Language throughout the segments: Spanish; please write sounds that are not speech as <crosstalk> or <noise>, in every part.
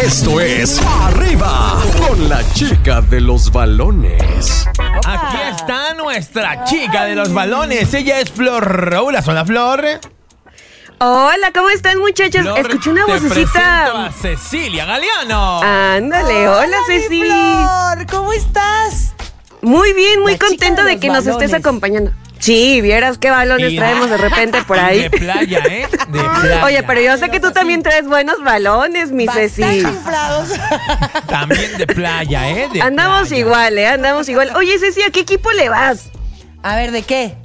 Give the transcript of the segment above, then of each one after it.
Esto es Arriba con la chica de los balones. Aquí está nuestra chica de los balones. Ella es Flor Hola, Hola, Flor. Hola, ¿cómo están muchachos? Flor, Escuché una te presento vocecita. a Cecilia Galeano. Ah, Ándale, hola, Ceci. Flor, ¿cómo estás? Muy bien, muy La chica contento de de, los que nos estés balones. acompañando. Sí, vieras qué balones Y- traemos de repente por ahí. De playa, ¿eh? De playa. Oye, pero yo sé que tú Así. también traes buenos balones, mi Bastante Ceci. inflados. También de playa, ¿eh? De Andamos playa. igual, ¿eh? Andamos igual. Oye, Ceci, ¿a qué equipo le vas? <laughs> A ver, ¿de qué?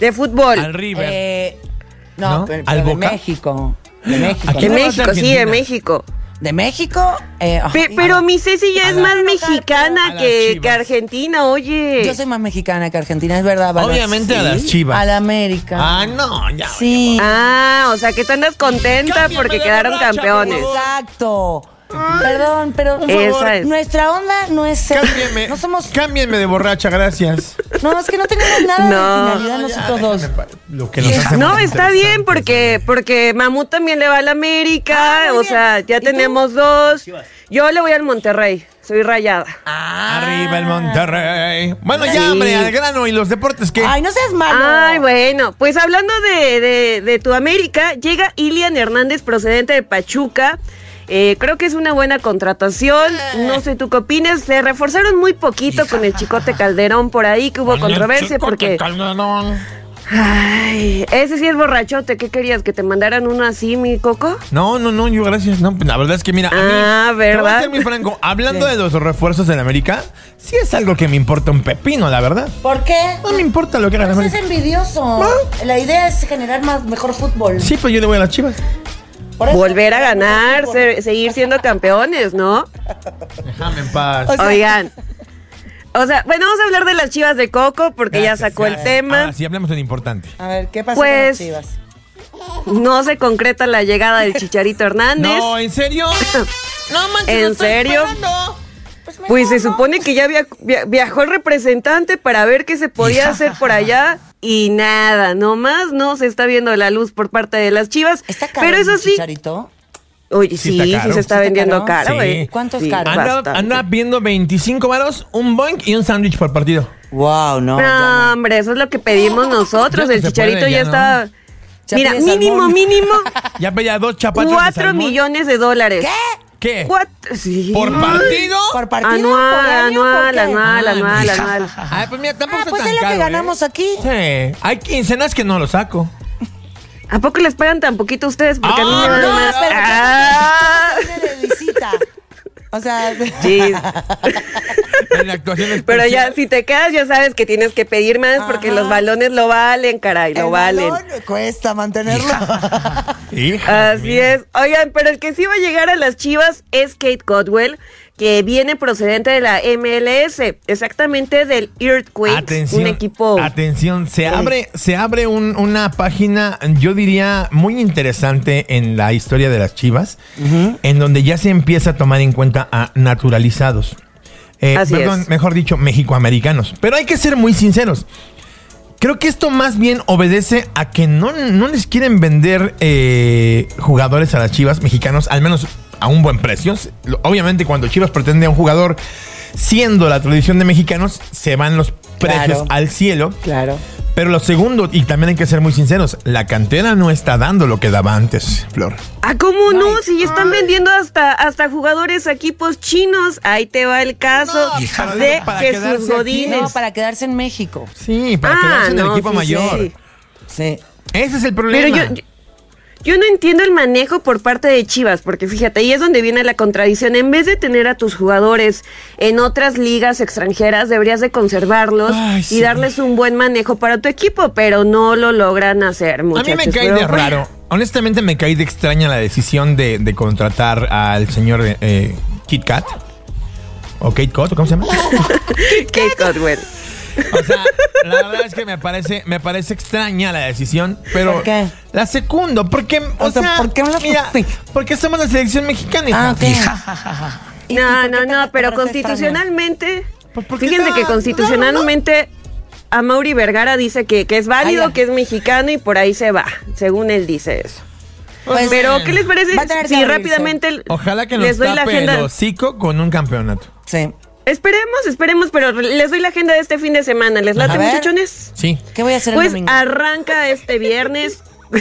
De Al fútbol. River. Eh, no, ¿No? pero, ¿Al pero de Boca? México. De México. ¿A De quién ¿no? le vas de México, sí, de Argentina? México. ¿De México? Eh, ay, Pe- pero mi Ceci ya a es la- más a la- a mexicana las que, Chivas. que argentina, oye. Yo soy más mexicana que argentina, es verdad. Valor. Obviamente a Sí. las Chivas. A la América. Ah, no, ya. sí. Ah, o sea que tú andas contenta Cámbiame porque de quedaron borracha, por campeones. favor. Exacto. Perdón, pero favor. Esa es. nuestra onda no es ser- Cámbienme, No somos. cámbienme de borracha, gracias. No, es que no tenemos nada No. de finalidad nosotros dos. Lo que nos Sí. hace No, muy está bien interesantes. porque porque Mamut también le va a la América, Ah, muy o bien. sea, ya ¿Y tú? tenemos dos. Yo le voy al Monterrey, soy rayada. Arriba el Monterrey. Bueno, Ah. Sí. ya, hombre, al grano y los deportes que. Ay, Ah, no seas malo. Ay, bueno, pues hablando de, de- de tu América, llega Ilian Hernández procedente de Pachuca. Eh, creo que es una buena contratación. No sé tú qué opinas. Se reforzaron muy poquito con el Chicote Calderón por ahí, que hubo Con el controversia chico porque... de Calderón. Ay, ese sí es borrachote. ¿Qué querías? ¿Que te mandaran uno así, mi coco? No, no, no, yo gracias. No, la verdad es que mira, a mí- Ah, Te voy a ¿verdad? ser muy <laughs> franco, hablando de los refuerzos en América, sí es algo que me importa un pepino, la verdad. ¿Por qué? No me importa lo que haga la Pues es América. envidioso. La idea es generar más mejor fútbol. Sí, pero yo le voy a las chivas. Por eso- Volver a ganar, se- seguir siendo campeones, ¿no? Déjame en paz. O sea- <laughs> Oigan. O sea, bueno, vamos a hablar de las chivas de Coco porque Gracias, ya sacó el gracias. tema. Ahora sí, hablemos de lo importante. A ver, ¿qué pasó Pues- con las chivas? No se concreta la llegada del Chicharito Hernández. No, ¿en serio? No manches, ¿En lo estoy serio? esperando. <laughs> pues se supone que ya via- via- viajó el representante para ver qué se podía hacer por allá y nada, nomás no se está viendo la luz por parte de las chivas. ¿Está caro Pero eso el sí, chicharito? Oye, Sí sí, está sí, caro. se está ¿Sí está vendiendo caro? caro, Sí. güey. ¿Cuánto es Sí, caro? Anda, bastante. anda viendo 25 varos, un boink y un sándwich por partido. Wow, no. No, hombre, eso es lo que pedimos Ya nosotros. no El se chicharito puede, ya, ya no. está. Ya Mira, pides mínimo, salmón. mínimo, <laughs> Ya veía dos chapatas. de 4 salmón. millones de dólares. ¿Qué? Cuatro, sí. ¿Por partido? Ah, ¿Por partido? ¿Por Anual, año? ¿Por anual, qué? anual, anual, anual. <laughs> Ay, pues mira, tampoco Ah, está pues tan es lo que caro, ganamos ¿eh? aquí. Sí, hay quincenas que no lo saco. ¿A poco les pagan tan poquito a ustedes? Porque a mí Ah, me dan no, más. pero- Ah, Viene de visita. O sea, <laughs> <laughs> Ah. sí. <laughs> En la actuación <laughs> Pero ya, especial. si te quedas, ya sabes que tienes que pedir más porque Ajá. los balones lo valen, caray, lo el valen. balón <laughs> cuesta mantenerlo. Hija Así mía. es. Oigan, pero el que sí va a llegar a las Chivas es Kate Godwell, que viene procedente de la MLS, exactamente del Earthquakes, Atención, un equipo. atención, se abre, se abre un- una página, yo diría, muy interesante en la historia de las chivas, en donde ya se empieza a tomar en cuenta a naturalizados. Eh, Así perdón, es. mejor dicho, mexicoamericanos. Pero hay que ser muy sinceros. Creo que esto más bien obedece a que no, no les quieren vender eh, jugadores a las Chivas mexicanos, al menos a un buen precio. Lo- Obviamente cuando Chivas pretende a un jugador siendo la tradición de mexicanos, se van los precios Claro. al cielo. claro. Pero lo segundo, y también hay que ser muy sinceros, la cantera no está dando lo que daba antes, Flor. Ah, ¿cómo no? Si ya están vendiendo hasta, hasta jugadores a equijos chinos. Ahí te va el caso No, de para quedarse Jesús aquí. Godínez. No, para quedarse en México. Sí, para Ah, quedarse en el no, equipo sí, mayor. sí. Sí. Ese es el problema. Pero yo, yo, yo no entiendo el manejo por parte de Chivas, porque fíjate, ahí es donde viene la contradicción. En vez de tener a tus jugadores en otras ligas extranjeras, deberías de conservarlos Ay, y sí. darles un buen manejo para tu equipo, pero no lo logran hacer, muchachos. a mí me cae Pero de bueno. <laughs> raro. Honestamente me cae de extraña la decisión de, de contratar al señor eh, Kit Kat. ¿O Kate Cot? ¿Cómo se <laughs> llama? Kate Codwell. O sea, la verdad es que me parece, me parece extraña la decisión, pero ¿Por qué? la secundo, porque, o, O sea, sea, ¿por qué hablas mira, así? porque somos la selección mexicana. hija. Ah, ok. ¿Y- y No, por qué no, te- no, te pero parece constitucionalmente. Pues, ¿por qué Fíjense está- que constitucionalmente a Mauri Vergara dice que, que es válido, Ay, ya. que es mexicano y por ahí se va, según él dice eso. extraño? <laughs> Pues, Pero, ¿qué les parece Va a tener que si abrirse. rápidamente Ojalá que nos les doy la tape el agenda? hocico con un campeonato. Sí. Esperemos, esperemos, pero les doy la agenda de este fin de semana. ¿Les late, A ver. muchachones? Sí. ¿Qué voy a hacer el Pues domingo? arranca este viernes <laughs>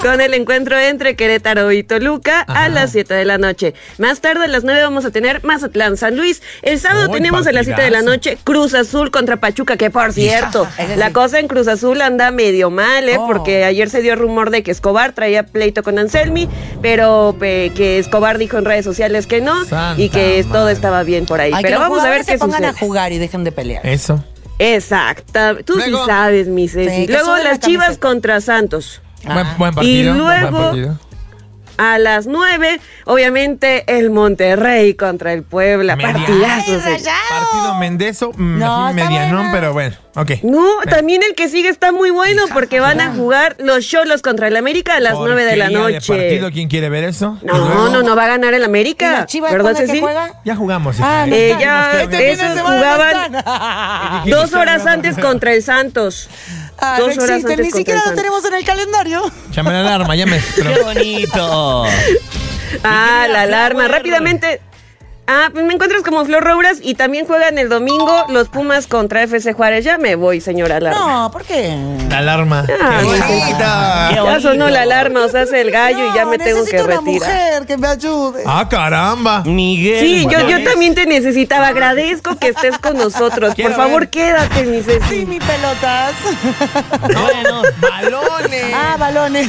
con el encuentro entre Querétaro y Toluca Ajá. a las 7 de la noche. Más tarde a las 9 vamos a tener Mazatlán San Luis. El sábado Uy, tenemos a las 7 de la partidazo. noche Cruz Azul contra Pachuca, que por cierto, ese la sí. cosa en Cruz Azul anda medio mal, ¿eh? Oh. porque ayer se dio rumor de que Escobar traía pleito con Anselmi, pero eh, que Escobar dijo en redes sociales que no y Santa que todo madre. estaba bien por ahí. Ay, pero que los vamos a ver jugadores qué se pongan sucede. a jugar y dejen de pelear. Eso. Exacta. Tú Luego- sí sabes, mi Ceci. Sí, que Luego sube la las Chivas camiseta. contra Santos. Ah. Buen, buen partido. Y buen luego- partido. A las 9, obviamente, el Monterrey contra el Puebla. Media. Partidazos. Partido Mendezo, No, no, está medianón, buena. pero bueno, ok. No, también el que sigue está muy bueno porque van a jugar los Cholos contra el América a las 9 de la Porquería partido, noche. ¿Quién quiere ver eso? Y luego- No, no, no va a ganar el ¿Y América. las chivas ¿Verdad, cuándo es que Ceci? juega? Ya jugamos. hija. Ah, no Eh, están. ya, Este fin de esos semana no jugaban- están. Dos horas antes contra el Santos. Ah, Dos no horas existen, antes ni siquiera contra lo el tenemos en el calendario. Llame la alarma, llame. Pero- <laughs> ¡Qué bonito! Ah, Mira, la alarma. Flower. Rápidamente. Ah, pues me encuentras como Flor Rouras y también juegan el domingo los Pumas contra FC Juárez. Ya me voy, señora alarma. No, ¿por qué? La alarma. Ah, Qué no. bonita. Qué ya sonó bonito. la alarma, o sea, hace el gallo y ya No, me tengo que necesito una retirar. mujer que me ayude. Ah, caramba. Miguel. Sí, yo, yo Guadalupe. también te necesitaba. Agradezco que estés con nosotros. Por Quiero favor, ver. quédate, mi Sí, Ceci. mi pelotas. Bueno, Balones. ah, balones.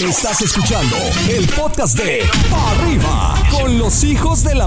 Estás escuchando el podcast de Pa' Arriba con los hijos de la